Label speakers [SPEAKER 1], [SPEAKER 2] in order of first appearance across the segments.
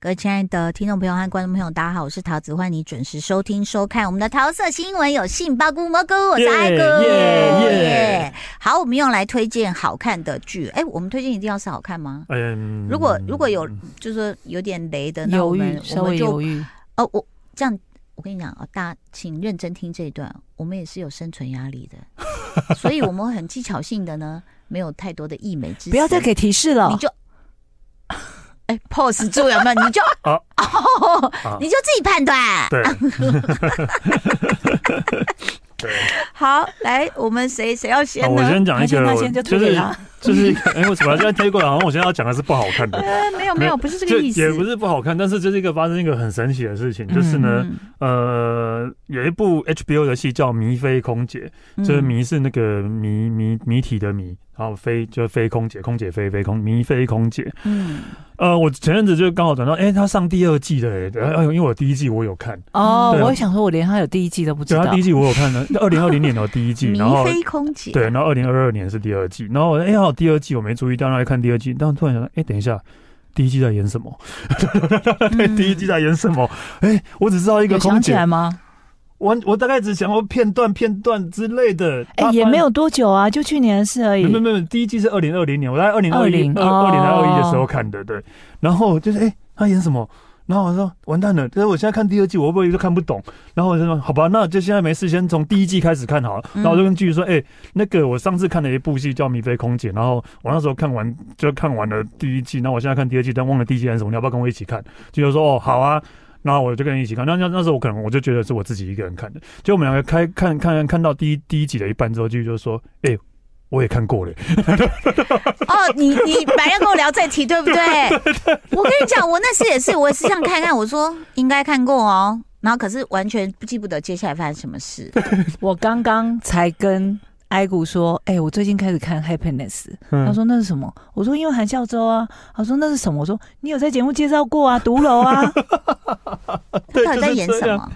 [SPEAKER 1] 各位亲爱的听众朋友和观众朋友，大家好，我是桃子，欢迎你准时收听收看我们的桃色新闻，有杏鲍菇蘑菇，我是爱哥。
[SPEAKER 2] 耶耶耶
[SPEAKER 1] 好，我们用来推荐好看的剧，哎，我们推荐一定要是好看吗？
[SPEAKER 2] 嗯，
[SPEAKER 1] 如果如果有 就是说有点雷的，那我
[SPEAKER 3] 犹
[SPEAKER 1] 们
[SPEAKER 3] 豫，稍
[SPEAKER 1] 我们
[SPEAKER 3] 微
[SPEAKER 1] 就
[SPEAKER 3] 犹豫。
[SPEAKER 1] 哦，我这样，我跟你讲啊，大家请认真听这一段，我们也是有生存压力的，所以我们很技巧性的呢，没有太多的溢美之词，
[SPEAKER 3] 不要再给提示
[SPEAKER 1] 你
[SPEAKER 3] 了，
[SPEAKER 1] 就。 哎，pose 住有没有？你 就、
[SPEAKER 2] 啊
[SPEAKER 1] 哦
[SPEAKER 2] 啊，
[SPEAKER 1] 你就自己判断。
[SPEAKER 2] 对对，
[SPEAKER 1] 好，来，我们谁谁要
[SPEAKER 2] 啊
[SPEAKER 1] 先
[SPEAKER 2] 我
[SPEAKER 1] 呢？
[SPEAKER 2] 先讲一个，
[SPEAKER 3] 他
[SPEAKER 2] 我
[SPEAKER 3] 先就
[SPEAKER 2] 就
[SPEAKER 3] 推给
[SPEAKER 2] 是
[SPEAKER 3] 他
[SPEAKER 2] 就是，哎，我怎么这样推过来？好像我现在要讲的是不好看的，
[SPEAKER 1] 呃，没有没有，不 是这
[SPEAKER 2] 就
[SPEAKER 1] 个意思。
[SPEAKER 2] 也不是不好看，但是这是一个发生一个很神奇的事情，就是呢，
[SPEAKER 1] 嗯，
[SPEAKER 2] 呃，有一部 HBO 的戏叫《迷飞空姐》，
[SPEAKER 1] 嗯
[SPEAKER 2] 这迷是那个迷迷迷体的迷，然后飞就是飞空姐，空姐飞飞空迷飞空姐。
[SPEAKER 1] 嗯
[SPEAKER 2] 呃，我前阵子就刚好转到，哎、他上第二季了、哎对，哎，因为我第一季我有看，
[SPEAKER 3] 哦，
[SPEAKER 2] 对啊
[SPEAKER 3] 我也想说，我连他有第一季都不知
[SPEAKER 2] 对
[SPEAKER 3] 道
[SPEAKER 2] 他。第一季我有看呢，二零二零年的第一季，然
[SPEAKER 1] 迷
[SPEAKER 2] 后
[SPEAKER 1] 飞空姐，
[SPEAKER 2] 对，然后二零二二年是第二季，然后我哎、好第二季我没注意到，那来看第二季，但突然想到，哎、等一下。第一季在演什么？ 对，
[SPEAKER 1] 嗯
[SPEAKER 2] 第一季在演什么？哎、我只知道一个
[SPEAKER 3] 有
[SPEAKER 2] 空
[SPEAKER 3] 想起
[SPEAKER 2] 姐，
[SPEAKER 3] 来吗？
[SPEAKER 2] 我我大概只想过片段、片段之类的。
[SPEAKER 3] 哎，
[SPEAKER 2] 大
[SPEAKER 3] 也
[SPEAKER 2] 概
[SPEAKER 3] 没有多久啊，就去年的事而已
[SPEAKER 2] 没。有没有没有，第一季是二零二零年，我在二零二零
[SPEAKER 3] 20
[SPEAKER 2] 二二零二一的时候
[SPEAKER 3] 哦
[SPEAKER 2] 看的，对。然后就是哎、他演什么？然后我说完蛋了，但是我现在看第二季，我会不会就看不懂？然后我就说好吧，那就现在没事，先从第一季开始看好了。
[SPEAKER 1] 嗯
[SPEAKER 2] 然后我就跟剧说，哎、那个我上次看了一部戏叫《米菲空姐》，然后我那时候看完就看完了第一季，那我现在看第二季，但忘了第一季演什么，你要不要跟我一起看？剧就说哦好啊，然后我就跟你一起看。那那那时候我可能我就觉得是我自己一个人看的，结果我们两个开看看看看到第一第一集的一半之后，剧就说，哎、我也看过了，
[SPEAKER 1] 哦，你你本来要跟我聊这题，对不 对？我跟你讲，我那次也是，我也是想看看，我说应该看过哦，然后可是完全记不得接下来发生什么事。
[SPEAKER 3] 我刚刚才跟艾谷说，哎，我最近开始看《Happiness》，他
[SPEAKER 2] 嗯
[SPEAKER 3] 说那是什么？我说因为韩孝周啊。他说那是什么？我说你有在节目介绍过啊，《独楼》啊，
[SPEAKER 1] 他到底在演什么？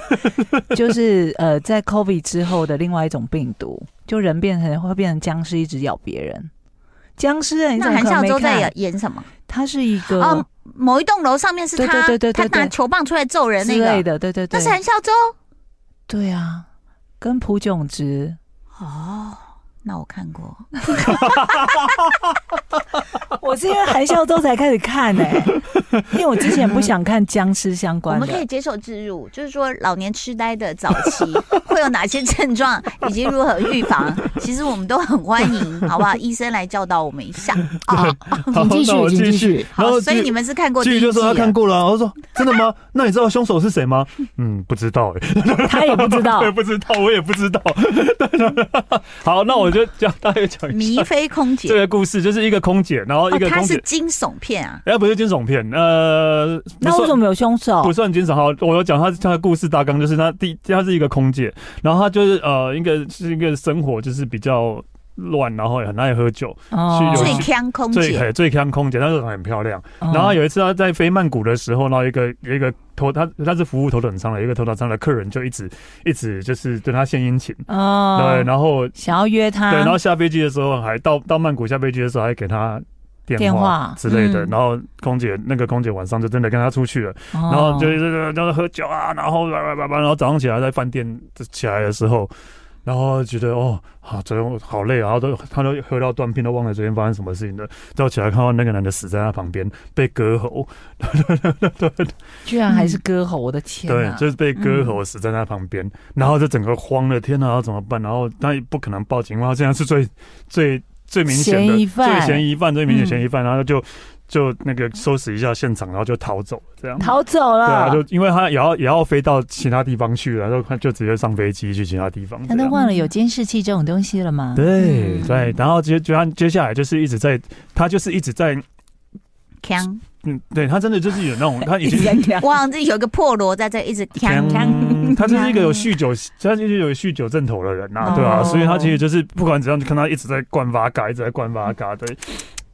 [SPEAKER 3] 就是呃，在 COVID 之后的另外一种病毒，就人变成会变成僵尸，一直咬别人。僵尸啊，你
[SPEAKER 1] 那
[SPEAKER 3] 怎么
[SPEAKER 1] 韩
[SPEAKER 3] 可能
[SPEAKER 1] 孝
[SPEAKER 3] 没
[SPEAKER 1] 周在
[SPEAKER 3] 看
[SPEAKER 1] 演？演什么？
[SPEAKER 3] 他是一个
[SPEAKER 1] 哦，某一栋楼上面是他，
[SPEAKER 3] 对对对对对对
[SPEAKER 1] 他拿球棒出来揍人那
[SPEAKER 3] 之类
[SPEAKER 1] 个，
[SPEAKER 3] 的，对对
[SPEAKER 1] 那
[SPEAKER 3] 对，
[SPEAKER 1] 是韩孝周。
[SPEAKER 3] 对啊，跟朴炯 植
[SPEAKER 1] 哦，那我看过。
[SPEAKER 3] 我是因为韩孝周才开始看呢、因为我之前不想看僵尸相
[SPEAKER 1] 我
[SPEAKER 3] 关
[SPEAKER 1] 们可
[SPEAKER 3] 的
[SPEAKER 1] 以。接受置入，就是说老年痴呆的早期会有哪些症状，以及如何预防，其实我们都很欢迎， 好不好？医生来教导我们一下 啊。
[SPEAKER 2] 好，
[SPEAKER 3] 请继续
[SPEAKER 2] 那我
[SPEAKER 3] 请
[SPEAKER 2] 续
[SPEAKER 3] 继续。
[SPEAKER 2] 然
[SPEAKER 1] 好，
[SPEAKER 2] 后
[SPEAKER 1] 所以
[SPEAKER 2] 剧
[SPEAKER 1] 你们是看过第一
[SPEAKER 2] 剧
[SPEAKER 1] 季
[SPEAKER 2] 就说他
[SPEAKER 1] 啊
[SPEAKER 2] 看过了、啊，我说真的吗？ 那你知道凶手是谁吗？嗯，不知道哎、
[SPEAKER 3] 他也不知
[SPEAKER 1] 哦
[SPEAKER 3] 道
[SPEAKER 2] 我 也，不知道，我也不知道。 好，那我就讲大概讲一
[SPEAKER 1] 迷
[SPEAKER 2] 下
[SPEAKER 1] 飞空姐
[SPEAKER 2] 这个故事，就是一个空姐，然后一
[SPEAKER 1] 哦
[SPEAKER 2] 个，
[SPEAKER 1] 它
[SPEAKER 2] 空姐
[SPEAKER 1] 是，惊悚片啊。
[SPEAKER 2] 哎、不是惊悚片，呃，
[SPEAKER 3] 那为什么有凶手
[SPEAKER 2] 不？算惊悚，好，我有讲他他的故事大纲，就是他第他是一个空姐，然后他就是呃，一个是一个生活就是比较乱，然后也很爱喝酒，
[SPEAKER 3] 哦
[SPEAKER 2] 是有
[SPEAKER 1] 最
[SPEAKER 2] 戏
[SPEAKER 1] 强空
[SPEAKER 2] 最
[SPEAKER 1] 姐，
[SPEAKER 2] 嘿最看空姐，但是很漂亮。
[SPEAKER 3] 哦
[SPEAKER 2] 然后有一次他在飞曼谷的时候，然后一个有一个头他他是服务头等舱的，有一个头等舱的客人就一直一直就是对他献殷勤，对，
[SPEAKER 3] 哦，
[SPEAKER 2] 然后
[SPEAKER 3] 想要约他，
[SPEAKER 2] 对，然后下飞机的时候还到到曼谷下飞机的时候还给他电
[SPEAKER 3] 电
[SPEAKER 2] 话
[SPEAKER 3] 话
[SPEAKER 2] 之类的，
[SPEAKER 1] 嗯
[SPEAKER 2] 然后空姐那个空姐晚上就真的跟他出去了。
[SPEAKER 3] 然
[SPEAKER 2] 然后就是就是喝酒啊，然后叭叭叭叭，然后早上起来在饭店起来的时候，然后觉得哦，好，昨天我好累啊，然后都他都喝到断片，都忘了昨天发生什么事情了。到起来看到那个男的死在他旁边，被割喉，
[SPEAKER 3] 居然还
[SPEAKER 1] 嗯
[SPEAKER 3] 是割喉，我的天
[SPEAKER 2] 对
[SPEAKER 3] 啊！，
[SPEAKER 2] 就是被割喉死在他旁边，然后就整个慌了，天哪，啊要怎么办？然后他也不可能报警，因为他现在是最最最明显的
[SPEAKER 3] 嫌疑犯
[SPEAKER 2] 最嫌疑犯、最明显
[SPEAKER 3] 嗯
[SPEAKER 2] 嫌疑犯，然后就就那个收拾一下现场，然后就逃走了这样。
[SPEAKER 3] 逃走
[SPEAKER 2] 对
[SPEAKER 3] 了
[SPEAKER 2] 啊，。就因为他也要也要飞到其他地方去了，然后就直接上飞机去其他地方这
[SPEAKER 3] 他
[SPEAKER 2] 样。
[SPEAKER 3] 都忘了有监视器这种东西了吗？
[SPEAKER 2] 对
[SPEAKER 1] 嗯
[SPEAKER 2] 对，然后接就他接下来就是一直在，他就是一直在，
[SPEAKER 1] 锵，
[SPEAKER 2] 嗯，对他真的就是有那种他已
[SPEAKER 3] 一
[SPEAKER 2] 经
[SPEAKER 3] 直在 看
[SPEAKER 1] 我好像自己有一个破锣在这一直锵锵
[SPEAKER 2] 嗯，他就是一个有 酗酒，他就是有酗酒症头的人呐、
[SPEAKER 3] 哦
[SPEAKER 2] 对吧、所以他其实就是不管怎样，就看他一直在灌发嘎，一直在灌发嘎，对，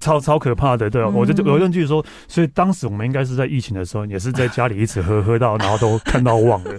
[SPEAKER 2] 超超可怕的，对、啊
[SPEAKER 3] 嗯
[SPEAKER 2] 我就我就继续说，所以当时我们应该是在疫情的时候，也是在家里一直喝喝到，然后都看到忘了，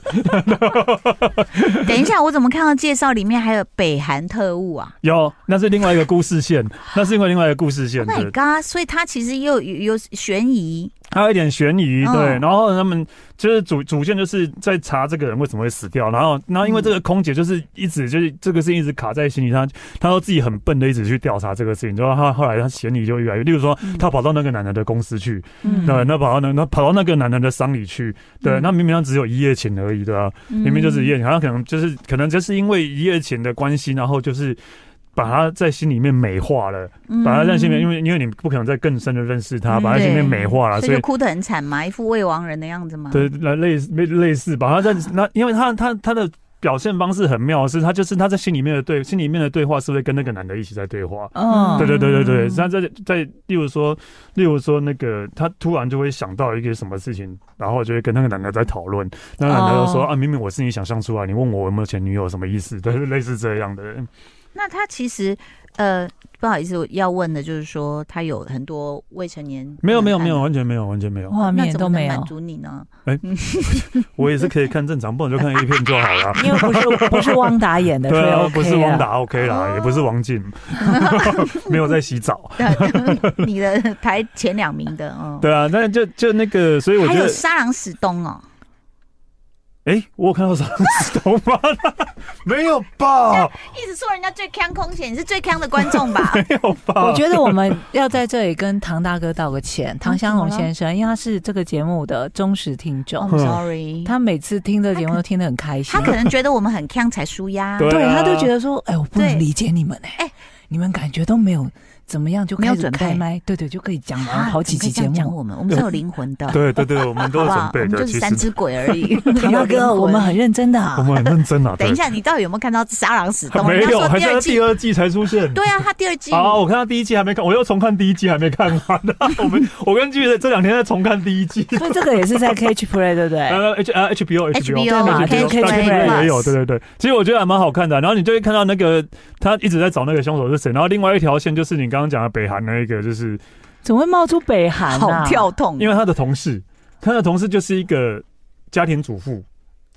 [SPEAKER 1] 等一下，我怎么看到介绍里面还有北韩特务啊
[SPEAKER 2] 有，那是另外一个故事线，那是另外另外一个故事线，
[SPEAKER 1] ？Oh my
[SPEAKER 2] 对，
[SPEAKER 1] god！所以他其实又有有悬疑，
[SPEAKER 2] 还有一点悬疑，
[SPEAKER 1] 嗯
[SPEAKER 2] 对，然后他们就是主主线就是在查这个人为什么会死掉，然后然后因为这个空姐就是一直就是这个事情一直卡在心里，她她说自己很笨的一直去调查这个事情，然后她后来她嫌疑就越来越，例如
[SPEAKER 1] 嗯
[SPEAKER 2] 说她跑到那个男的的公司去，
[SPEAKER 3] 嗯
[SPEAKER 2] 对，那跑到那那跑到那个男的的丧礼去，对，
[SPEAKER 3] 嗯
[SPEAKER 2] 那明明他只有一夜情而已，对吧、明
[SPEAKER 1] 嗯
[SPEAKER 2] 明就是一夜情，他可能就是可能就是因为一夜情的关系，然后就是把他在心里面美化了，
[SPEAKER 1] 嗯
[SPEAKER 2] 把他在心里面，因
[SPEAKER 1] 为
[SPEAKER 2] 为因为你不可能再更深的认识他，
[SPEAKER 3] 嗯
[SPEAKER 2] 把他心里面美化了，
[SPEAKER 1] 所
[SPEAKER 2] 所
[SPEAKER 1] 以
[SPEAKER 2] 以
[SPEAKER 1] 就哭得很惨嘛，一副未亡人的样子嘛。
[SPEAKER 2] 对，来类似类类似吧，他在那，因为他他他的表现方式很妙的是，他就是他在心里面的对心里面的对话是会跟那个男的一起在对话。
[SPEAKER 3] 嗯，
[SPEAKER 2] 对对对对对，他在在例如说，例如说那个他突然就会想到一个什么事情，然后就会跟那个男的在讨论，那个男的就说、
[SPEAKER 3] 哦
[SPEAKER 2] 啊，明明我是你想象出来，你问我有没有前女友什么意思？对，类似这样的，
[SPEAKER 1] 那他其实呃，不好意思，我要问的就是说，他有很多未成年
[SPEAKER 2] 没有没有没有，
[SPEAKER 1] 男
[SPEAKER 2] 完全没有完全没有，
[SPEAKER 3] 画
[SPEAKER 1] 伴，那
[SPEAKER 3] 面
[SPEAKER 1] 怎
[SPEAKER 3] 都
[SPEAKER 1] 么能
[SPEAKER 3] 没
[SPEAKER 1] 满
[SPEAKER 3] 有，
[SPEAKER 1] 足你呢？
[SPEAKER 2] 我也是可以看正常，不然就看 A 片就好了。
[SPEAKER 3] 因为不是不是汪达演 的，
[SPEAKER 2] 对
[SPEAKER 3] 所以
[SPEAKER 2] 啊，
[SPEAKER 3] OK
[SPEAKER 2] 不是王达 OK 啦，也不是王静， 没有在洗澡。
[SPEAKER 1] 啊 你的排前两名的，嗯，
[SPEAKER 2] 对啊，那就就那个，所以我
[SPEAKER 1] 还
[SPEAKER 2] 觉
[SPEAKER 1] 有
[SPEAKER 2] 得，
[SPEAKER 1] 沙朗史东哦，
[SPEAKER 2] 哎、我有看到啥头发没有吧？
[SPEAKER 1] 一直说人家最坑空姐，你是最坑的观众 吧？
[SPEAKER 2] 没有吧？
[SPEAKER 3] 我觉得我们要在这里跟唐大哥道个歉，唐湘龙先生，因为他是这个节目的忠实听众，
[SPEAKER 2] 嗯
[SPEAKER 1] I'm sorry，
[SPEAKER 3] 他每次听这个节目都听得很开心
[SPEAKER 1] 他，可能觉得我们很坑才输呀，
[SPEAKER 2] 对
[SPEAKER 3] 对
[SPEAKER 2] 啊
[SPEAKER 3] 他都觉得说，哎，我不能
[SPEAKER 1] 对
[SPEAKER 3] 理解你们哎
[SPEAKER 1] 哎，
[SPEAKER 3] 你们感觉都没有怎么样就
[SPEAKER 1] 没有
[SPEAKER 3] 开始
[SPEAKER 1] 准备
[SPEAKER 3] 开麦，对对，就可以讲完
[SPEAKER 1] 哎啊
[SPEAKER 3] 好几
[SPEAKER 1] 怎
[SPEAKER 3] 期
[SPEAKER 1] 么可以这
[SPEAKER 3] 节
[SPEAKER 1] 样讲
[SPEAKER 3] 目。
[SPEAKER 1] 我们，我们是有灵魂的，
[SPEAKER 2] 对对对，我们都
[SPEAKER 1] 好
[SPEAKER 2] 有
[SPEAKER 1] 不好
[SPEAKER 2] 准？
[SPEAKER 1] 我
[SPEAKER 2] 备
[SPEAKER 1] 们
[SPEAKER 2] 的，
[SPEAKER 1] 就
[SPEAKER 2] 其
[SPEAKER 1] 是
[SPEAKER 2] 实
[SPEAKER 1] 三只鬼而 已。
[SPEAKER 3] 唐大哥，我们很认真的啊
[SPEAKER 2] 我，们很认真啊。对
[SPEAKER 1] 等一，下，你到底有没有看到沙朗史东？
[SPEAKER 2] 没
[SPEAKER 1] 人家
[SPEAKER 2] 有，
[SPEAKER 1] 说
[SPEAKER 2] 还
[SPEAKER 1] 第
[SPEAKER 2] 是
[SPEAKER 1] 二
[SPEAKER 2] 在
[SPEAKER 1] 季
[SPEAKER 2] 第，二季才出现。
[SPEAKER 1] 对啊，他第二季
[SPEAKER 2] 啊！我看到第一季还没看，我又重看第一季还没看完。我们我跟剧的这两天在重看第一季。
[SPEAKER 3] 所以这个也是在 Catch Play，对不对？
[SPEAKER 2] 呃，H 呃 HBO HBO
[SPEAKER 1] 对嘛
[SPEAKER 2] HBO
[SPEAKER 3] Catch
[SPEAKER 1] Play
[SPEAKER 2] 也有，
[SPEAKER 1] Plus
[SPEAKER 2] 对对对，其实我觉得还蛮好看的啊。然后你就会看到那个他一直在找那个凶手是谁，然后另外一条线就是你刚刚讲的北韩那一个，就是
[SPEAKER 3] 怎么会冒出北韩
[SPEAKER 1] 好
[SPEAKER 3] 啊？
[SPEAKER 1] 跳痛，
[SPEAKER 2] 因为他的同事，他的同事就是一个家庭主妇，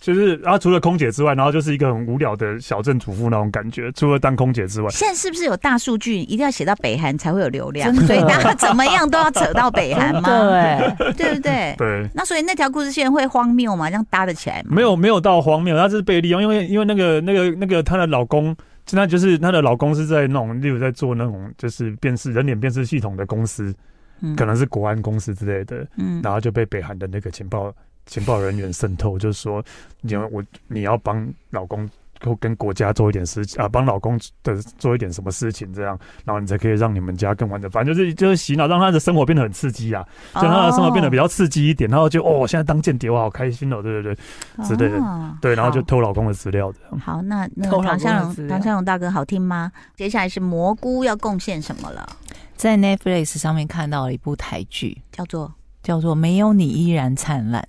[SPEAKER 2] 就是他除了空姐之外，然后就是一个很无聊的小镇主妇那种感觉，除了当空姐之外，
[SPEAKER 1] 现在是不是有大数据？一定要写到北韩才会有流量，
[SPEAKER 3] 真的
[SPEAKER 1] 所以大家怎么样都要扯到北韩
[SPEAKER 3] 真的
[SPEAKER 1] 嘛，
[SPEAKER 3] 哎，
[SPEAKER 1] 对不对？
[SPEAKER 2] 对。
[SPEAKER 1] 那所以那条故事线会荒谬嘛？这样搭得起来吗？
[SPEAKER 2] 没有没有到荒谬，她是被利用，因为因为那个那个那个她的老公，就她就是她的老公是在那种，例如在做那种就是辨识人脸辨识系统的公司，
[SPEAKER 1] 嗯，
[SPEAKER 2] 可能是国安公司之类的，
[SPEAKER 1] 嗯
[SPEAKER 2] 然后就被北韩的那个情报情报人员渗透，就是说，你
[SPEAKER 3] 嗯
[SPEAKER 2] 要我你要帮老公或跟国家做一点事情啊，帮老公的做一点什么事情，这样，然后你才可以让你们家更完整。反正就是就是洗脑，让他的生活变得很刺激啊，
[SPEAKER 1] 哦
[SPEAKER 3] 哦
[SPEAKER 2] 就让他的生活变得比较刺激一点。然后就哦，现在当间谍我好开心哦，对对对
[SPEAKER 1] 较
[SPEAKER 2] 之类的对，然后就偷老公的资料这样。
[SPEAKER 1] 哦好，那那
[SPEAKER 3] 偷老
[SPEAKER 1] 唐
[SPEAKER 3] 公
[SPEAKER 1] 湘
[SPEAKER 3] 的
[SPEAKER 1] 龙，
[SPEAKER 3] 资料
[SPEAKER 1] 唐湘龙大哥好听吗？接下来是蘑菇要贡献什么了？
[SPEAKER 3] 在 Netflix 上面看到了一部台剧，
[SPEAKER 1] 叫做
[SPEAKER 3] 叫做《没有你依然灿烂》，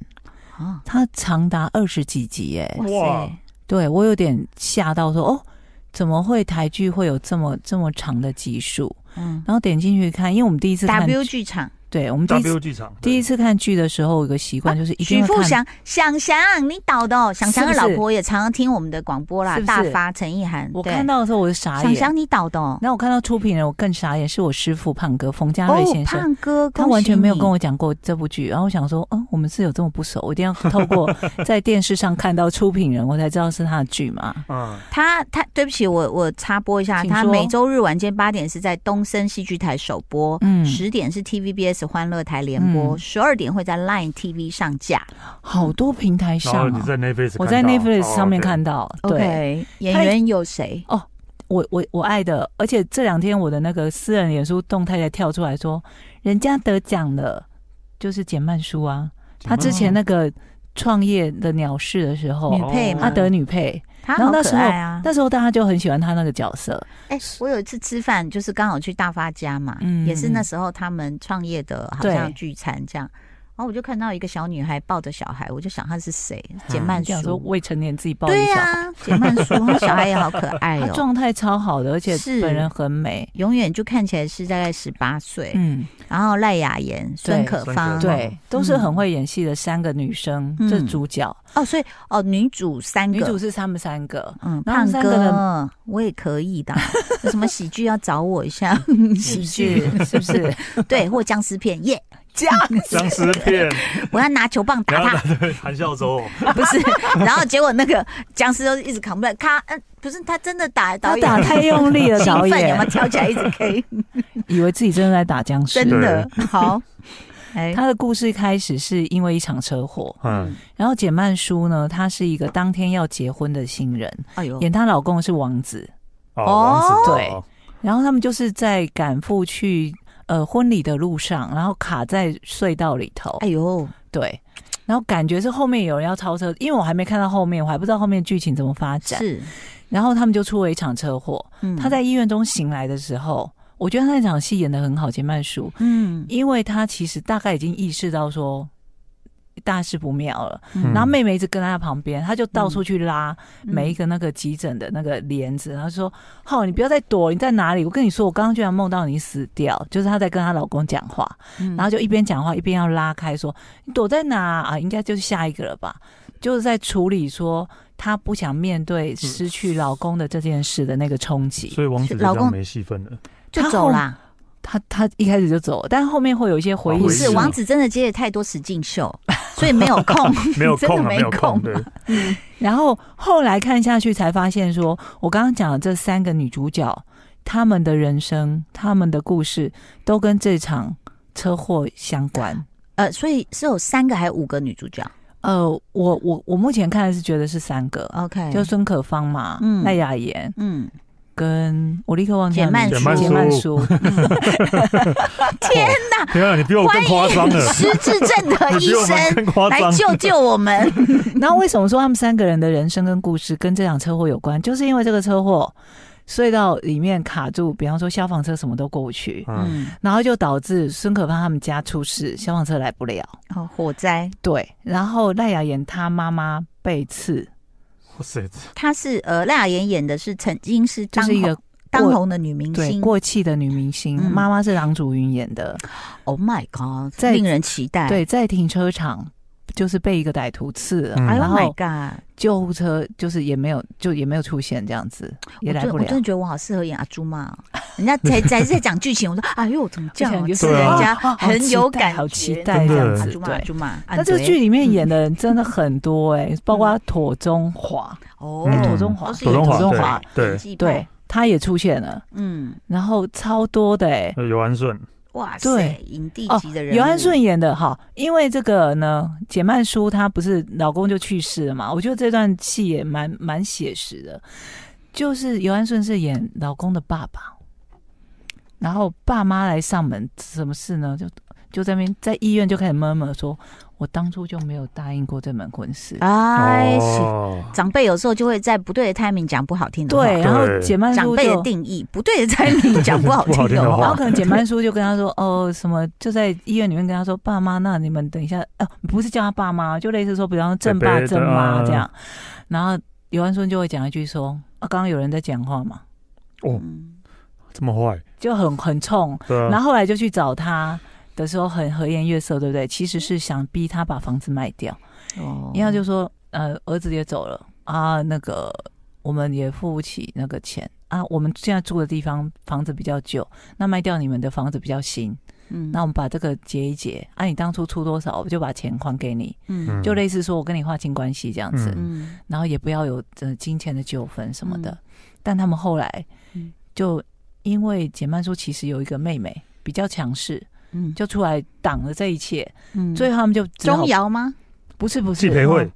[SPEAKER 1] 啊，
[SPEAKER 3] 它长达二十几集耶。
[SPEAKER 2] 哇
[SPEAKER 1] 塞，
[SPEAKER 3] 对我有点吓到说，哦，怎么会台剧会有这么这么长的集数？
[SPEAKER 1] 嗯
[SPEAKER 3] 然后点进去看，因为我们第一次看
[SPEAKER 1] ，W 剧场
[SPEAKER 3] 对我们第一次
[SPEAKER 2] ，W 剧场
[SPEAKER 3] 第一次看剧的时候，有个习惯就是一定
[SPEAKER 1] 许
[SPEAKER 3] 要
[SPEAKER 1] 富
[SPEAKER 3] 看。
[SPEAKER 1] 祥，想想你导的哦，想想的
[SPEAKER 3] 是不
[SPEAKER 1] 老
[SPEAKER 3] 是
[SPEAKER 1] 婆也常常听我们的广播啦，
[SPEAKER 3] 是不是
[SPEAKER 1] 大发陈意涵，
[SPEAKER 3] 我
[SPEAKER 1] 对
[SPEAKER 3] 看到的时啊候我就傻
[SPEAKER 1] 想
[SPEAKER 3] 眼，
[SPEAKER 1] 想你导的哦，
[SPEAKER 3] 然后我看到出品人，我更傻眼，是我师傅胖哥冯家瑞
[SPEAKER 1] 哦，
[SPEAKER 3] 先生。
[SPEAKER 1] 胖哥，
[SPEAKER 3] 他
[SPEAKER 1] 恭
[SPEAKER 3] 完
[SPEAKER 1] 喜
[SPEAKER 3] 全没有
[SPEAKER 1] 你
[SPEAKER 3] 跟我讲过这部剧，然后我想说，嗯，我们是有这么不熟，我一定要 透过在电视上看到出品人，我才知道是他的剧嘛。
[SPEAKER 2] 嗯，
[SPEAKER 1] 他他，对不起，我我插播一下，
[SPEAKER 3] 请
[SPEAKER 1] 他
[SPEAKER 3] 说
[SPEAKER 1] 每周日晚间八点是在东森戏剧台首播，
[SPEAKER 3] 嗯
[SPEAKER 1] 十、点是 TVBS 欢乐台联播，
[SPEAKER 3] 嗯
[SPEAKER 1] 十二、点会在 Line TV 上架。
[SPEAKER 3] 好多平台
[SPEAKER 2] 然后
[SPEAKER 3] 上、
[SPEAKER 2] 你
[SPEAKER 3] 啊，
[SPEAKER 2] 在哦 Netflix，
[SPEAKER 3] 我在 Netflix 上面看
[SPEAKER 2] 到
[SPEAKER 3] 到，对，
[SPEAKER 1] OK，演员有谁？
[SPEAKER 3] 我我我爱的，而且这两天我的那个私人脸书动态才跳出来说，人家得奖了，就是简曼书啊，他之前那个创业的鸟事的时候
[SPEAKER 1] 女，配
[SPEAKER 2] 哦
[SPEAKER 1] 嘛，
[SPEAKER 3] 他得女配，
[SPEAKER 1] 他好
[SPEAKER 3] 然后那
[SPEAKER 1] 可
[SPEAKER 3] 时候
[SPEAKER 1] 爱啊。
[SPEAKER 3] 那时候大家就很喜欢他那个角色，
[SPEAKER 1] 哎、我有一次吃饭，就是刚好去大发家嘛，
[SPEAKER 3] 嗯
[SPEAKER 1] 也是那时候他们创业的，好像
[SPEAKER 3] 对
[SPEAKER 1] 聚餐这样。然后我就看到一个小女孩抱着小孩，我就想她是谁？简曼
[SPEAKER 3] 想说
[SPEAKER 1] 书。
[SPEAKER 3] 未成年自己抱一
[SPEAKER 1] 对
[SPEAKER 3] 小孩。
[SPEAKER 1] 呀、简曼 书，她小孩也好可爱
[SPEAKER 3] 她
[SPEAKER 1] 哦、
[SPEAKER 3] 状态超好的，而且
[SPEAKER 1] 是
[SPEAKER 3] 本人很美。
[SPEAKER 1] 永远就看起来是大概十八岁，
[SPEAKER 3] 嗯，
[SPEAKER 1] 然后赖雅妍、孙可芳，
[SPEAKER 2] 嗯
[SPEAKER 3] 对，都是很会演戏的三个女生，
[SPEAKER 1] 嗯
[SPEAKER 3] 这是主角，
[SPEAKER 1] 哦，所以哦，女主三个，
[SPEAKER 3] 女主是她们三个。
[SPEAKER 1] 嗯，
[SPEAKER 3] 然后
[SPEAKER 1] 胖
[SPEAKER 3] 三个
[SPEAKER 1] 哥，我也可以 的，有什么喜剧要找我一下，喜剧
[SPEAKER 3] 是是不是？
[SPEAKER 1] 对，或僵尸片耶，
[SPEAKER 3] 僵
[SPEAKER 2] 僵尸 片，
[SPEAKER 1] 我要拿球棒打
[SPEAKER 2] 然后
[SPEAKER 1] 他，
[SPEAKER 2] 对韩孝周，
[SPEAKER 1] 不是，然后结果那个僵尸都一直扛不来，咔，嗯，不是他真的打导
[SPEAKER 3] 他
[SPEAKER 1] 演
[SPEAKER 3] 打 太用力了，
[SPEAKER 1] 兴
[SPEAKER 3] 导
[SPEAKER 1] 奋有没有
[SPEAKER 3] 演
[SPEAKER 1] 跳起来一直 K，
[SPEAKER 3] 以为自己真的在打僵尸
[SPEAKER 1] 真。的好，哎，
[SPEAKER 3] 他的故事开始是因为一场车祸，
[SPEAKER 2] 嗯，
[SPEAKER 3] 然后简曼书呢，她是一个当天要结婚的新人，
[SPEAKER 1] 哎呦，
[SPEAKER 3] 演她老公是王子，
[SPEAKER 2] 哦，王子
[SPEAKER 3] 对然后他们就是在赶赴去呃婚礼的路上，然后卡在隧道里头，
[SPEAKER 1] 哎呦，
[SPEAKER 3] 对，然后感觉是后面有人要超车，因为我还没看到后面，我还不知道后面剧情怎么发展。
[SPEAKER 1] 是，
[SPEAKER 3] 然后他们就出了一场车祸，
[SPEAKER 1] 嗯
[SPEAKER 3] 他在医院中醒来的时候，我觉得他那场戏演的很好，简曼书，
[SPEAKER 1] 嗯，
[SPEAKER 3] 因为他其实大概已经意识到说。大事不妙了，
[SPEAKER 1] 嗯
[SPEAKER 3] 然后妹妹一直跟在他旁边，他就到处去拉
[SPEAKER 1] 嗯
[SPEAKER 3] 每一个那个急诊的那个帘子，然后说：“好、你不要再躲，你在哪里？我跟你说，我刚刚居然梦到你死掉，就是她在跟她老公讲话，
[SPEAKER 1] 嗯
[SPEAKER 3] 然后就一边讲话一边要拉开说你躲在哪啊？应该就是下一个了吧？就是在处理说她不想面对失去老公的这件事的那个冲击。
[SPEAKER 2] 所以王子就这样没戏份了，
[SPEAKER 1] 就
[SPEAKER 3] 他
[SPEAKER 1] 走
[SPEAKER 3] 后
[SPEAKER 1] 啦。
[SPEAKER 3] 她她一开始就走，但后面会有一些回忆。
[SPEAKER 1] 不
[SPEAKER 2] 回忆
[SPEAKER 1] 是王子真的接了太多实境秀，所以没 有空。
[SPEAKER 2] 没有
[SPEAKER 1] 真的
[SPEAKER 2] 空了，
[SPEAKER 1] 没
[SPEAKER 2] 没有
[SPEAKER 1] 空啊
[SPEAKER 2] 空，对，
[SPEAKER 3] 然后后来看下去才发现说，我刚刚讲的这三个女主角，她们的人生、她们的故事都跟这场车祸相关。
[SPEAKER 1] 呃，所以是有三个还有五个女主角。
[SPEAKER 3] 呃，我我我目前看的是觉得是三个，
[SPEAKER 1] OK，
[SPEAKER 3] 就孙可芳嘛，
[SPEAKER 1] 哦嗯
[SPEAKER 3] 赖雅妍，
[SPEAKER 1] 嗯，
[SPEAKER 3] 跟我立刻忘记他的名字
[SPEAKER 1] 简曼书
[SPEAKER 3] 简曼书，
[SPEAKER 1] 天哪！
[SPEAKER 2] 天啊，你比我更夸张了，
[SPEAKER 1] 失智症的
[SPEAKER 2] 你
[SPEAKER 1] 医
[SPEAKER 2] 比 我们
[SPEAKER 1] 生
[SPEAKER 2] 更夸
[SPEAKER 1] 来
[SPEAKER 2] 张，
[SPEAKER 1] 救救我们。
[SPEAKER 3] 然后为什么说他们三个人的人生跟故事跟这场车祸有关？就是因为这个车祸，隧道里面卡住，比方说消防车什么都过不去，
[SPEAKER 2] 嗯，
[SPEAKER 1] 嗯，
[SPEAKER 3] 然后就导致孙可芳他们家出事，消防车来不了。
[SPEAKER 1] 哦，火灾，
[SPEAKER 3] 对，然后赖雅妍她妈妈被刺，
[SPEAKER 2] 哇塞，
[SPEAKER 1] 她是呃赖雅妍演的是曾经是
[SPEAKER 3] 就
[SPEAKER 1] 当
[SPEAKER 3] 是一个
[SPEAKER 1] 红当红的女明
[SPEAKER 3] 对
[SPEAKER 1] 星。
[SPEAKER 3] 过气的女明星，
[SPEAKER 1] 嗯
[SPEAKER 3] 妈妈是郎祖筠演的，
[SPEAKER 1] Oh my god，
[SPEAKER 3] 在
[SPEAKER 1] 令人期待。
[SPEAKER 3] 对，在停车场就是被一个歹徒刺了，
[SPEAKER 2] 嗯
[SPEAKER 1] 哎呦
[SPEAKER 3] 然
[SPEAKER 1] Oh my
[SPEAKER 3] 后
[SPEAKER 1] god，
[SPEAKER 3] 救护车就是也没有就也没有出现这样子，也
[SPEAKER 1] 我
[SPEAKER 3] 来
[SPEAKER 1] 真
[SPEAKER 3] 不
[SPEAKER 1] 我
[SPEAKER 3] 了
[SPEAKER 1] 真。的觉得我好适合演阿朱嘛，人家才才在讲剧情，我说哎呦怎么这样啊，
[SPEAKER 3] 就
[SPEAKER 1] 就是人
[SPEAKER 2] 对啊
[SPEAKER 1] 家
[SPEAKER 3] 啊好
[SPEAKER 1] 很
[SPEAKER 3] 期
[SPEAKER 1] 有
[SPEAKER 3] 待
[SPEAKER 1] 感觉，
[SPEAKER 3] 好期待
[SPEAKER 2] 这样
[SPEAKER 1] 阿
[SPEAKER 2] 子
[SPEAKER 1] 朱嘛
[SPEAKER 3] 对
[SPEAKER 1] 阿朱嘛。
[SPEAKER 3] 那这个剧里面演的人真的很多哎、包括妥中华，
[SPEAKER 1] 哦
[SPEAKER 2] 嗯，
[SPEAKER 3] 左中华
[SPEAKER 1] 都是
[SPEAKER 2] 左中华
[SPEAKER 1] 左中
[SPEAKER 3] 对
[SPEAKER 1] 华，
[SPEAKER 2] 对
[SPEAKER 1] 演技派
[SPEAKER 3] 对，他也出现了，
[SPEAKER 1] 嗯，
[SPEAKER 3] 然后超多的哎、
[SPEAKER 2] 尤安顺，
[SPEAKER 1] 哇塞
[SPEAKER 3] 对，
[SPEAKER 1] 影帝
[SPEAKER 3] 哦
[SPEAKER 1] 级的，人，
[SPEAKER 3] 尤安，顺演的哈，因为这个呢，简曼书她不是老公就去世了嘛，我觉得这段戏也蛮蛮写实的，就是尤安顺是演老公的爸爸，然后爸妈来上门，什么事呢？就就在那边在医院就开始闷闷说，我当初就没有答应过这门婚事，
[SPEAKER 1] 哎，是
[SPEAKER 2] 哦，
[SPEAKER 1] 长辈有时候就会在不对的 timing 讲不好听的话，
[SPEAKER 3] 对，然后
[SPEAKER 2] 对
[SPEAKER 3] 简曼
[SPEAKER 1] 长
[SPEAKER 3] 书
[SPEAKER 1] 辈的
[SPEAKER 3] 就
[SPEAKER 1] 定义不对的 timing 讲不好听
[SPEAKER 2] 不好听的
[SPEAKER 1] 的
[SPEAKER 2] 话
[SPEAKER 3] 然
[SPEAKER 1] 话
[SPEAKER 3] 后，可能简曼书就跟他说，哦，什么就在医院里面跟他说，爸妈，那你们等一下，呃，不是叫他爸妈，就类似说，比方说正爸
[SPEAKER 2] 伯伯
[SPEAKER 3] 正妈
[SPEAKER 2] 嗯
[SPEAKER 3] 这样。然后尤安顺就会讲一句说，啊，刚刚有人在讲话嘛，
[SPEAKER 1] 嗯
[SPEAKER 2] 这么坏，
[SPEAKER 3] 就很很冲。
[SPEAKER 2] 对啊
[SPEAKER 3] 然，后后来就去找他，的时候很和颜悦色，对不对？其实是想逼他把房子卖掉，
[SPEAKER 1] 哦
[SPEAKER 3] 然后就说，呃，儿子也走了啊，那个我们也付不起那个钱啊，我们现在住的地方房子比较旧，那卖掉你们的房子比较新，
[SPEAKER 1] 嗯
[SPEAKER 3] 那我们把这个结一结，啊，你当初出多少，我就把钱还给你，
[SPEAKER 1] 嗯
[SPEAKER 3] 就类似说我跟你划清关系这样子，
[SPEAKER 2] 嗯
[SPEAKER 1] 嗯
[SPEAKER 3] 然后也不要有呃金钱的纠纷什么的。但他们后来
[SPEAKER 1] 嗯
[SPEAKER 3] 就因为简曼书其实有一个妹妹比较强势，
[SPEAKER 1] 嗯，
[SPEAKER 3] 就出来挡了这一切，
[SPEAKER 1] 嗯
[SPEAKER 3] 最后他们就只好
[SPEAKER 1] 钟瑶吗？
[SPEAKER 3] 不是不是
[SPEAKER 2] 季培慧，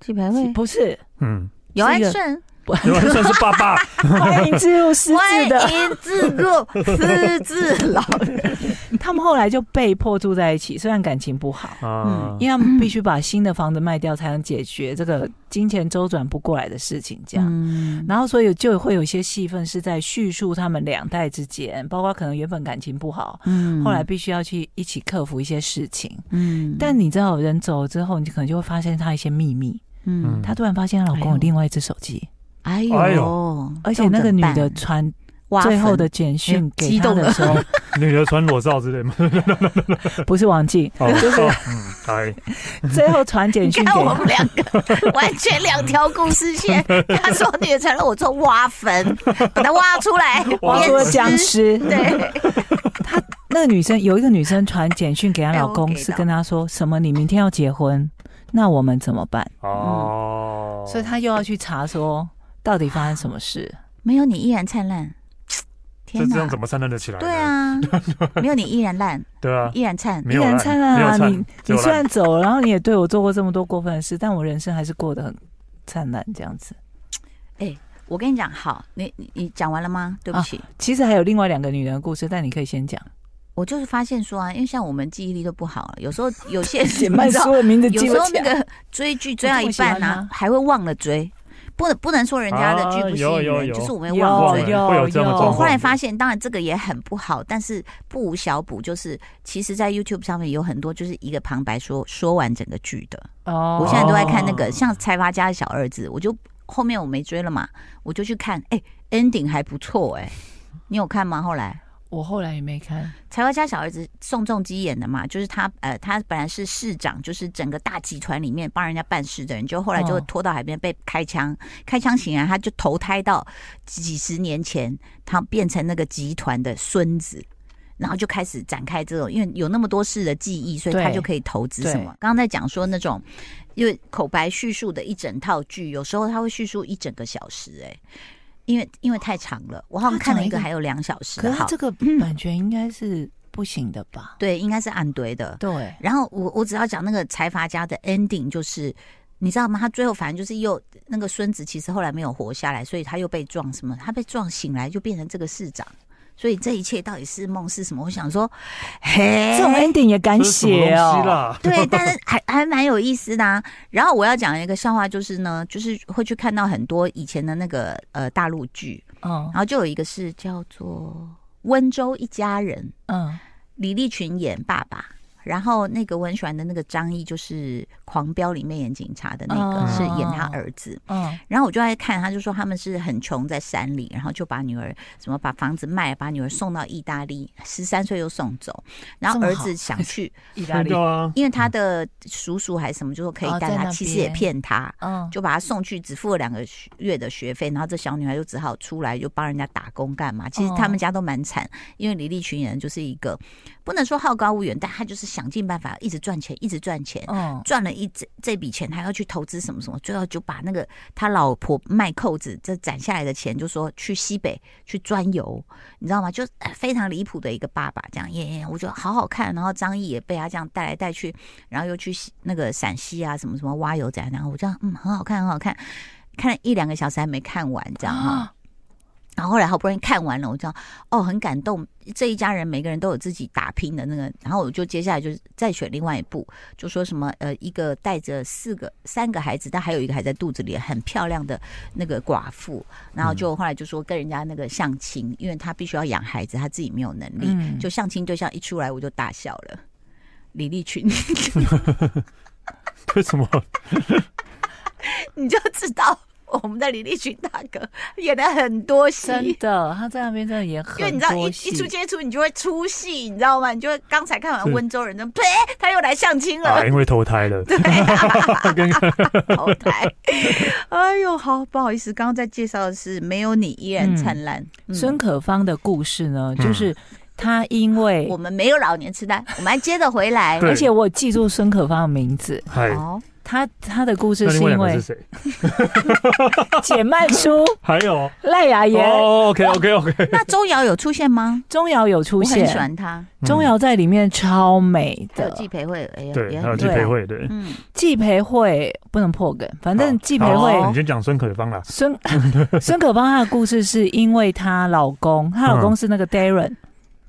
[SPEAKER 1] 季培慧、
[SPEAKER 3] 不 是
[SPEAKER 2] 嗯，
[SPEAKER 1] 姚安
[SPEAKER 3] 是一个
[SPEAKER 1] 顺，
[SPEAKER 2] 有人算是爸 爸，
[SPEAKER 3] 欢迎进入失
[SPEAKER 1] 欢
[SPEAKER 3] 智的，
[SPEAKER 1] 迎自入 私自老
[SPEAKER 3] 嗯他们后来就被迫住在一起，虽然感情不好。
[SPEAKER 1] 嗯
[SPEAKER 2] 啊，
[SPEAKER 3] 因为他们必须把新的房子卖掉，才能解决这个金钱周转不过来的事情。这样，
[SPEAKER 1] 嗯
[SPEAKER 3] 然后所以就会有一些戏份是在叙述他们两代之间，包括可能原本感情不好，
[SPEAKER 1] 嗯
[SPEAKER 3] 后来必须要去一起克服一些事情。
[SPEAKER 1] 嗯
[SPEAKER 3] 但你知道，人走了之后，你可能就会发现她一些秘密。
[SPEAKER 1] 嗯
[SPEAKER 3] 她突然发现她老公有另外一只手机，
[SPEAKER 1] 哎呦，
[SPEAKER 2] 哎
[SPEAKER 3] 而且那个女的传
[SPEAKER 1] 挖
[SPEAKER 3] 最后
[SPEAKER 1] 坟
[SPEAKER 3] 的简讯
[SPEAKER 1] 哎
[SPEAKER 3] 给
[SPEAKER 1] 激
[SPEAKER 3] 她
[SPEAKER 1] 动
[SPEAKER 3] 的
[SPEAKER 1] 了
[SPEAKER 3] 时候，
[SPEAKER 2] 女的穿裸照之类 嘛，
[SPEAKER 3] 不是王静，
[SPEAKER 2] 哦，哦嗯，哎，
[SPEAKER 3] 最后传简
[SPEAKER 1] 你
[SPEAKER 3] 讯
[SPEAKER 1] 看
[SPEAKER 3] 给
[SPEAKER 1] 我们两个完全两条故事线。他说女的承认我做挖坟，把她挖出来，
[SPEAKER 3] 挖出了
[SPEAKER 1] 鞭
[SPEAKER 3] 僵
[SPEAKER 1] 尸。
[SPEAKER 3] 尸。
[SPEAKER 1] 对，
[SPEAKER 3] 那个女生有一个女生传简讯给她
[SPEAKER 1] 哎
[SPEAKER 3] 老
[SPEAKER 1] 我
[SPEAKER 3] 公，
[SPEAKER 1] 给
[SPEAKER 3] 是
[SPEAKER 1] 到
[SPEAKER 3] 跟她说什么？你明天要结婚，那我们怎么办？
[SPEAKER 1] 嗯
[SPEAKER 2] 哦，
[SPEAKER 3] 所以她又要去查说到底发生什么事。
[SPEAKER 1] 没有你依然灿烂。
[SPEAKER 2] 这
[SPEAKER 1] 天
[SPEAKER 2] 这
[SPEAKER 1] 哪
[SPEAKER 2] 样，怎么灿烂得起来？
[SPEAKER 1] 对，啊， 没有你依然烂，
[SPEAKER 2] 对啊，
[SPEAKER 1] 依然灿。
[SPEAKER 2] 没
[SPEAKER 3] 依
[SPEAKER 2] 有
[SPEAKER 3] 然
[SPEAKER 2] 烂
[SPEAKER 3] 灿
[SPEAKER 2] 没有
[SPEAKER 3] 烂啊！
[SPEAKER 2] 灿
[SPEAKER 3] 你
[SPEAKER 2] 只
[SPEAKER 3] 你
[SPEAKER 2] 有
[SPEAKER 3] 虽
[SPEAKER 2] 烂
[SPEAKER 3] 然走了，然后你也对我做过这么多过分的事，但我人生还是过得很灿烂这样子。
[SPEAKER 1] 我跟你讲，好，你你你讲完了吗？对不起，
[SPEAKER 3] 其实还有另外两个女人的故事，但你可以先讲。
[SPEAKER 1] 我就是发现说啊，因为像我们记忆力都不好，啊有时候有些
[SPEAKER 3] 简曼书的名字
[SPEAKER 1] 有
[SPEAKER 3] 记
[SPEAKER 1] 时
[SPEAKER 3] 不
[SPEAKER 1] 候
[SPEAKER 3] 起
[SPEAKER 1] 那
[SPEAKER 3] 来。
[SPEAKER 1] 个追剧追到一
[SPEAKER 3] 你这么
[SPEAKER 1] 半
[SPEAKER 3] 喜欢
[SPEAKER 1] 啊
[SPEAKER 3] 吗，
[SPEAKER 1] 还会忘了追，不能不能说人家的剧不吸
[SPEAKER 2] 啊有
[SPEAKER 1] 引
[SPEAKER 2] 有
[SPEAKER 1] 人，
[SPEAKER 2] 有
[SPEAKER 1] 就是我们
[SPEAKER 3] 有
[SPEAKER 1] 忘了追。
[SPEAKER 3] 有
[SPEAKER 2] 会有这样的
[SPEAKER 1] 哦
[SPEAKER 2] 状
[SPEAKER 3] 有
[SPEAKER 1] 我
[SPEAKER 2] 况
[SPEAKER 1] 后来发现，当然这个也很不好，但是不无小补。就是其实，在 YouTube 上面有很多就是一个旁白说说完整个剧的。
[SPEAKER 3] 哦
[SPEAKER 1] 我现在都在看那个
[SPEAKER 2] 哦
[SPEAKER 1] 像财阀家的小儿子，我就后面我没追了嘛，我就去看，哎、e n d i n g 还不错哎、你有看吗？后来
[SPEAKER 3] 我后来也没看。
[SPEAKER 1] 财阀家小儿子宋仲基演的嘛，就是他呃，他本来是市长，就是整个大集团里面帮人家办事的人，就后来就
[SPEAKER 3] 哦
[SPEAKER 1] 拖到海边被开枪，开枪醒来他就投胎到几十年前，他变成那个集团的孙子。然后就开始展开这种，因为有那么多事的记忆，所以
[SPEAKER 3] 对
[SPEAKER 1] 他就可以投资什么
[SPEAKER 3] 对。
[SPEAKER 1] 刚刚在讲说那种，因为口白叙述的一整套剧，有时候他会叙述一整个小时、哎，因为因为太长了，我好像看了一个
[SPEAKER 3] 他讲一个
[SPEAKER 1] 还有两小时。
[SPEAKER 3] 可是
[SPEAKER 1] 好
[SPEAKER 3] 他这个版权应该是不行的吧？
[SPEAKER 1] 对，应该是按堆的。
[SPEAKER 3] 对，
[SPEAKER 1] 然后我我只要讲那个财阀家的 ending，就是你知道吗？他最后反正就是又那个孙子其实后来没有活下来，所以他又被撞什么？他被撞醒来就变成这个市长，所以这一切到底是梦是什么？我想说，嘿
[SPEAKER 3] 这，种 ending 也敢
[SPEAKER 2] 这是什么
[SPEAKER 3] 写
[SPEAKER 2] 东西
[SPEAKER 3] 哦。
[SPEAKER 2] 啦？
[SPEAKER 1] 对，但是还还蛮有意思的、啊。然后我要讲一个笑话，就是呢，就是会去看到很多以前的那个呃大陆剧，
[SPEAKER 3] 嗯
[SPEAKER 1] 然后就有一个是叫做《温州一家人》。
[SPEAKER 3] 嗯，
[SPEAKER 1] 李立群演爸爸，然后那个我很喜欢的那个张译就是《狂飙》里面演警察的那个，
[SPEAKER 3] 哦
[SPEAKER 1] 是演他儿子。
[SPEAKER 3] 嗯
[SPEAKER 1] 然后我就在看，他就说他们是很穷，在山里，然后就把女儿什么把房子卖，把女儿送到意大利，十三岁又送走。然后
[SPEAKER 3] 这么
[SPEAKER 1] 儿
[SPEAKER 3] 好
[SPEAKER 1] 子想去，
[SPEAKER 3] 意大
[SPEAKER 2] 看
[SPEAKER 3] 利
[SPEAKER 2] 到，啊，
[SPEAKER 1] 因为他的叔叔还是什么，就说可以
[SPEAKER 3] 哦
[SPEAKER 1] 带
[SPEAKER 3] 在
[SPEAKER 1] 他，
[SPEAKER 3] 那
[SPEAKER 1] 其实也
[SPEAKER 3] 边
[SPEAKER 1] 骗他。
[SPEAKER 3] 嗯，
[SPEAKER 1] 就把她送去，只付了两个学月的学费，然后这小女孩就只好出来就帮人家打工干嘛。其实他们家都蛮惨，因为李立群人就是一个不能说好高骛远，但他就是想尽办法一直赚钱，一直赚钱。
[SPEAKER 3] 嗯，
[SPEAKER 1] 赚了一这这笔钱，他要去投资什么什么，最后就把那个他老婆卖扣子这攒下来的钱，就说去西北去钻油，你知道吗？就呃非常离谱的一个爸爸这样耶耶，我觉得好好看。然后张译也被啊他这样带来带去，然后又去西那个陕西啊什么什么挖油仔，然后我这样嗯很好看很好看，看了一两个小时还没看完这样
[SPEAKER 3] 啊
[SPEAKER 1] 哈。
[SPEAKER 3] 哦
[SPEAKER 1] 然后后来好不容易看完了，我知道哦，很感动。这一家人每个人都有自己打拼的那个，然后我就接下来就是再选另外一部，就说什么呃，一个带着四个三个孩子，但还有一个还在肚子里，很漂亮的那个寡妇，然后
[SPEAKER 3] 嗯
[SPEAKER 1] 就后来就说跟人家那个相亲，因为她必须要养孩子，她自己没有能力，
[SPEAKER 3] 嗯
[SPEAKER 1] 就相亲对象一出来我就大笑了。李立群，
[SPEAKER 2] 为什么？
[SPEAKER 1] 你就知道我们的李立群大哥演了很多戏，
[SPEAKER 3] 真的，他在那边真的演很
[SPEAKER 1] 因
[SPEAKER 3] 多
[SPEAKER 1] 为
[SPEAKER 3] 戏。
[SPEAKER 1] 你知道一一出接触，你就会出戏，你知道吗？你就会刚才看完
[SPEAKER 2] 是
[SPEAKER 1] 温州人，呸，他又来相亲了
[SPEAKER 3] 哎
[SPEAKER 2] 啊，，因为投胎了，跟
[SPEAKER 3] 啊
[SPEAKER 1] 淘汰。哎呦，好不好意思，刚刚在介绍的是《没有你依然灿烂》嗯
[SPEAKER 3] 孙可芳的故事呢，
[SPEAKER 2] 嗯
[SPEAKER 3] 就是她因为
[SPEAKER 1] 我，们没有老年痴呆，我们还接着回来。
[SPEAKER 2] 对
[SPEAKER 3] 而且我记住孙可芳的名字，
[SPEAKER 2] 嗨，
[SPEAKER 1] 哦，
[SPEAKER 3] 她她的故事
[SPEAKER 2] 哎那
[SPEAKER 3] 是
[SPEAKER 2] 另外两
[SPEAKER 3] 因
[SPEAKER 2] 个是
[SPEAKER 3] 为
[SPEAKER 2] 谁？
[SPEAKER 3] 姐妹书
[SPEAKER 2] 还有
[SPEAKER 3] 赖雅妍、
[SPEAKER 2] 哦，OK OK OK，
[SPEAKER 1] 那周瑶有出现吗？
[SPEAKER 3] 钟瑶有出
[SPEAKER 1] 我很喜
[SPEAKER 3] 现，
[SPEAKER 1] 欢她，
[SPEAKER 2] 嗯
[SPEAKER 3] 钟瑶在里面超美
[SPEAKER 1] 还有
[SPEAKER 3] 的，
[SPEAKER 1] 季培慧，哎呀，
[SPEAKER 2] 对，
[SPEAKER 1] 也
[SPEAKER 2] 还有
[SPEAKER 1] 很
[SPEAKER 2] 季
[SPEAKER 3] 对
[SPEAKER 2] 培慧对，
[SPEAKER 1] 嗯，
[SPEAKER 3] 季培慧不能破梗，反正
[SPEAKER 2] 好
[SPEAKER 3] 季培
[SPEAKER 2] 好
[SPEAKER 3] 慧
[SPEAKER 2] 哦你先讲孙可芳啦，
[SPEAKER 3] 孙孙可芳她的故事是因为她老公，她老公是那个 Darren，、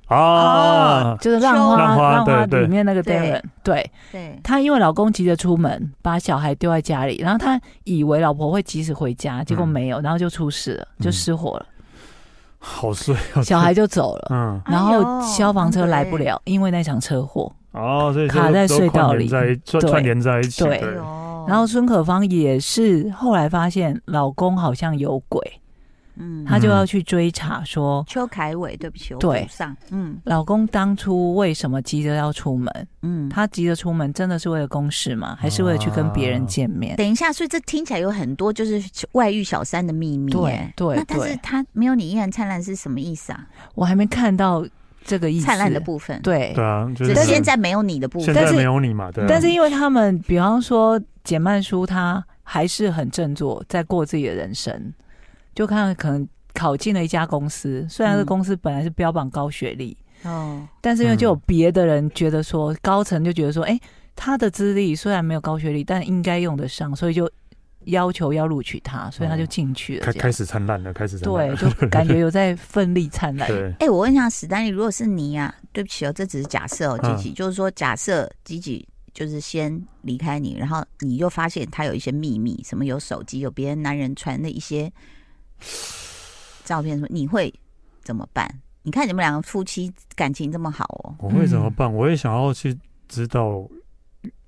[SPEAKER 2] 嗯啊，
[SPEAKER 3] 就是浪
[SPEAKER 1] 秋
[SPEAKER 3] 花
[SPEAKER 2] 浪花对对
[SPEAKER 3] 里面那个
[SPEAKER 1] 对
[SPEAKER 3] Darren，对
[SPEAKER 1] 对，
[SPEAKER 3] 她因为老公急着出门，把小孩丢在家里，然后她以为老婆会及时回家，结果
[SPEAKER 2] 嗯
[SPEAKER 3] 没有，然后就出事了，就
[SPEAKER 2] 嗯
[SPEAKER 3] 失 火了，
[SPEAKER 2] 好衰哦，
[SPEAKER 3] 小孩就走了。
[SPEAKER 2] 嗯，
[SPEAKER 1] 哎呦
[SPEAKER 3] 然后消防车来不
[SPEAKER 1] 对
[SPEAKER 3] 了，因为那场车祸。
[SPEAKER 2] 哦，所以
[SPEAKER 3] 卡在
[SPEAKER 2] 都
[SPEAKER 3] 隧道里
[SPEAKER 2] 都串联在串
[SPEAKER 3] 对
[SPEAKER 2] 串联在一起，
[SPEAKER 3] 对
[SPEAKER 1] 哎呦
[SPEAKER 3] 然后孙可芳也是后来发现老公好像有鬼，
[SPEAKER 1] 嗯，
[SPEAKER 3] 她就要去追查说
[SPEAKER 1] 邱凯伟，对不起，我
[SPEAKER 3] 对
[SPEAKER 1] 补上，嗯
[SPEAKER 3] 老公当初为什么急着要出门？
[SPEAKER 1] 嗯，
[SPEAKER 3] 他急着出门真的是为了公事吗？还是为了去跟别
[SPEAKER 1] 哦
[SPEAKER 3] 人见面？
[SPEAKER 1] 等一下，所以这听起来有很多就是外遇小三的秘密
[SPEAKER 3] 对
[SPEAKER 1] 耶，
[SPEAKER 3] 对
[SPEAKER 1] 那但
[SPEAKER 3] 对
[SPEAKER 1] 是他没有你依然灿烂是什么意思啊？
[SPEAKER 3] 我还没看到这个意思。
[SPEAKER 1] 灿烂的部分，，
[SPEAKER 3] 对，
[SPEAKER 2] 对啊，就
[SPEAKER 1] 只
[SPEAKER 2] 是
[SPEAKER 1] 是现在没有你的部
[SPEAKER 2] 现
[SPEAKER 1] 分，
[SPEAKER 3] 但
[SPEAKER 2] 在
[SPEAKER 3] 是
[SPEAKER 2] 没有你嘛，对啊，
[SPEAKER 3] 但是因为他们，比方说简曼书，她还是很振作，在过自己的人生，就看可能考进了一家公司，虽然这
[SPEAKER 1] 嗯
[SPEAKER 3] 公司本来是标榜高学历，
[SPEAKER 1] 哦，
[SPEAKER 3] 但是因为
[SPEAKER 2] 嗯
[SPEAKER 3] 就有别的人觉得说，高层就觉得说，哎、他的资历虽然没有高学历，但应该用得上，所以就要求要录取他，所以他就进去了。
[SPEAKER 2] 开
[SPEAKER 3] 这
[SPEAKER 2] 开
[SPEAKER 3] 样、
[SPEAKER 2] 始灿烂了，开始灿烂
[SPEAKER 3] 对，
[SPEAKER 2] 了
[SPEAKER 3] 就感觉有在奋力灿烂。
[SPEAKER 2] 对，啊
[SPEAKER 1] 哎、我问一下史丹利，如果是你啊，对不起哦，这只是假设哦，吉
[SPEAKER 2] 嗯
[SPEAKER 1] 吉，就是说假设吉吉就是先离开你，然后你又发现他有一些秘密，什么有手机，有别的男人传的一些照片，什么，你会怎么办？你看你们两个夫妻感情这么好哦，
[SPEAKER 2] 我会怎么
[SPEAKER 3] 嗯
[SPEAKER 2] 办？我也想要去知道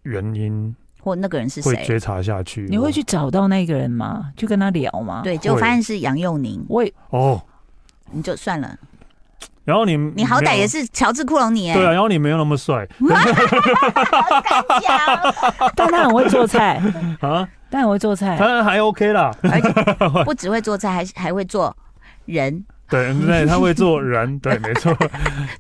[SPEAKER 2] 原因，
[SPEAKER 1] 或那个人是
[SPEAKER 2] 会
[SPEAKER 1] 谁？
[SPEAKER 2] 追查下去。
[SPEAKER 3] 你会去找到那个人吗？去跟他聊吗？，
[SPEAKER 1] 对，结果
[SPEAKER 2] 会
[SPEAKER 1] 发现是杨佑宁，
[SPEAKER 3] 我也
[SPEAKER 2] 哦，
[SPEAKER 1] 你就算了，
[SPEAKER 2] 然后你
[SPEAKER 1] 你好
[SPEAKER 2] 没
[SPEAKER 1] 歹
[SPEAKER 2] 有啊
[SPEAKER 1] 也是乔治·库隆尼哎、
[SPEAKER 2] 对啊，然后你没有那么帅
[SPEAKER 1] 敢 讲，
[SPEAKER 3] 但他很会做菜，
[SPEAKER 1] 嗯
[SPEAKER 2] 啊，
[SPEAKER 3] 但很会做菜。
[SPEAKER 2] 他还 OK 啦。
[SPEAKER 1] 而且不只会做菜，还还会做人。
[SPEAKER 2] 对对，他会做 人，对，没错。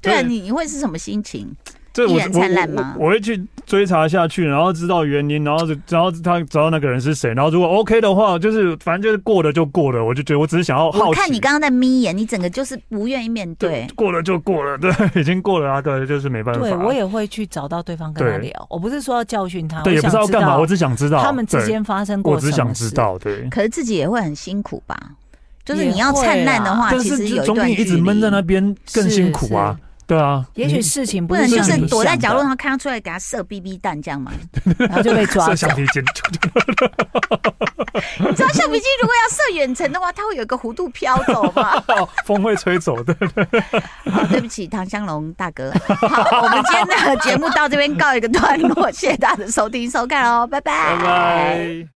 [SPEAKER 1] 对啊，
[SPEAKER 2] 对
[SPEAKER 1] 你你会是什么心情？
[SPEAKER 2] 这
[SPEAKER 1] 依
[SPEAKER 2] 我
[SPEAKER 1] 然
[SPEAKER 2] 我
[SPEAKER 1] 灿烂吗
[SPEAKER 2] 我我会去追查下去，然后知道原因，然后然后他知道那个人是谁，然后如果 OK 的话，就是反正就是过了就过了，我就觉得我只是想要好奇。
[SPEAKER 1] 我看你刚刚在眯眼，你整个就是不愿意面对
[SPEAKER 2] 对，。过了就过了，对，已经过了啊，对，就是没办法。
[SPEAKER 3] 对，我也会去找到对方跟他
[SPEAKER 2] 对
[SPEAKER 3] 聊。我不是说要教训他，
[SPEAKER 2] 对，也
[SPEAKER 3] 我
[SPEAKER 2] 不
[SPEAKER 3] 想
[SPEAKER 2] 知道干嘛，我
[SPEAKER 3] 知
[SPEAKER 2] 只想知道
[SPEAKER 3] 道他们之
[SPEAKER 2] 对
[SPEAKER 3] 间发生
[SPEAKER 2] 我
[SPEAKER 3] 过
[SPEAKER 2] 只
[SPEAKER 3] 什
[SPEAKER 2] 想
[SPEAKER 3] 么
[SPEAKER 2] 知
[SPEAKER 3] 事。
[SPEAKER 2] 道，对。
[SPEAKER 1] 可是自己也会很辛苦吧？就是
[SPEAKER 3] 也
[SPEAKER 1] 你要灿烂的话，
[SPEAKER 2] 但
[SPEAKER 1] 其实
[SPEAKER 2] 是
[SPEAKER 1] 有一
[SPEAKER 2] 总
[SPEAKER 1] 段
[SPEAKER 2] 比
[SPEAKER 1] 距
[SPEAKER 2] 一直
[SPEAKER 1] 离。
[SPEAKER 2] 闷在那边更辛苦啊，对啊。
[SPEAKER 3] 也许事情
[SPEAKER 1] 不
[SPEAKER 3] 不
[SPEAKER 1] 能就
[SPEAKER 3] 是像
[SPEAKER 1] 是
[SPEAKER 3] 你
[SPEAKER 1] 躲在
[SPEAKER 3] 想
[SPEAKER 1] 角
[SPEAKER 3] 的
[SPEAKER 1] 落，然后看他出来给他射 BB 弹这样 嘛？
[SPEAKER 3] 然后就被抓
[SPEAKER 2] 设
[SPEAKER 3] 走
[SPEAKER 2] 想。提前，
[SPEAKER 1] 你知道橡皮筋如果要射远程的话，它会有一个弧度飘走吗？
[SPEAKER 2] 风会吹走的。
[SPEAKER 1] 好， 对不起，唐香龙大哥。好，我们今天的节目到这边告一个段落，谢谢大家的收听收看哦，拜拜，
[SPEAKER 2] 拜拜。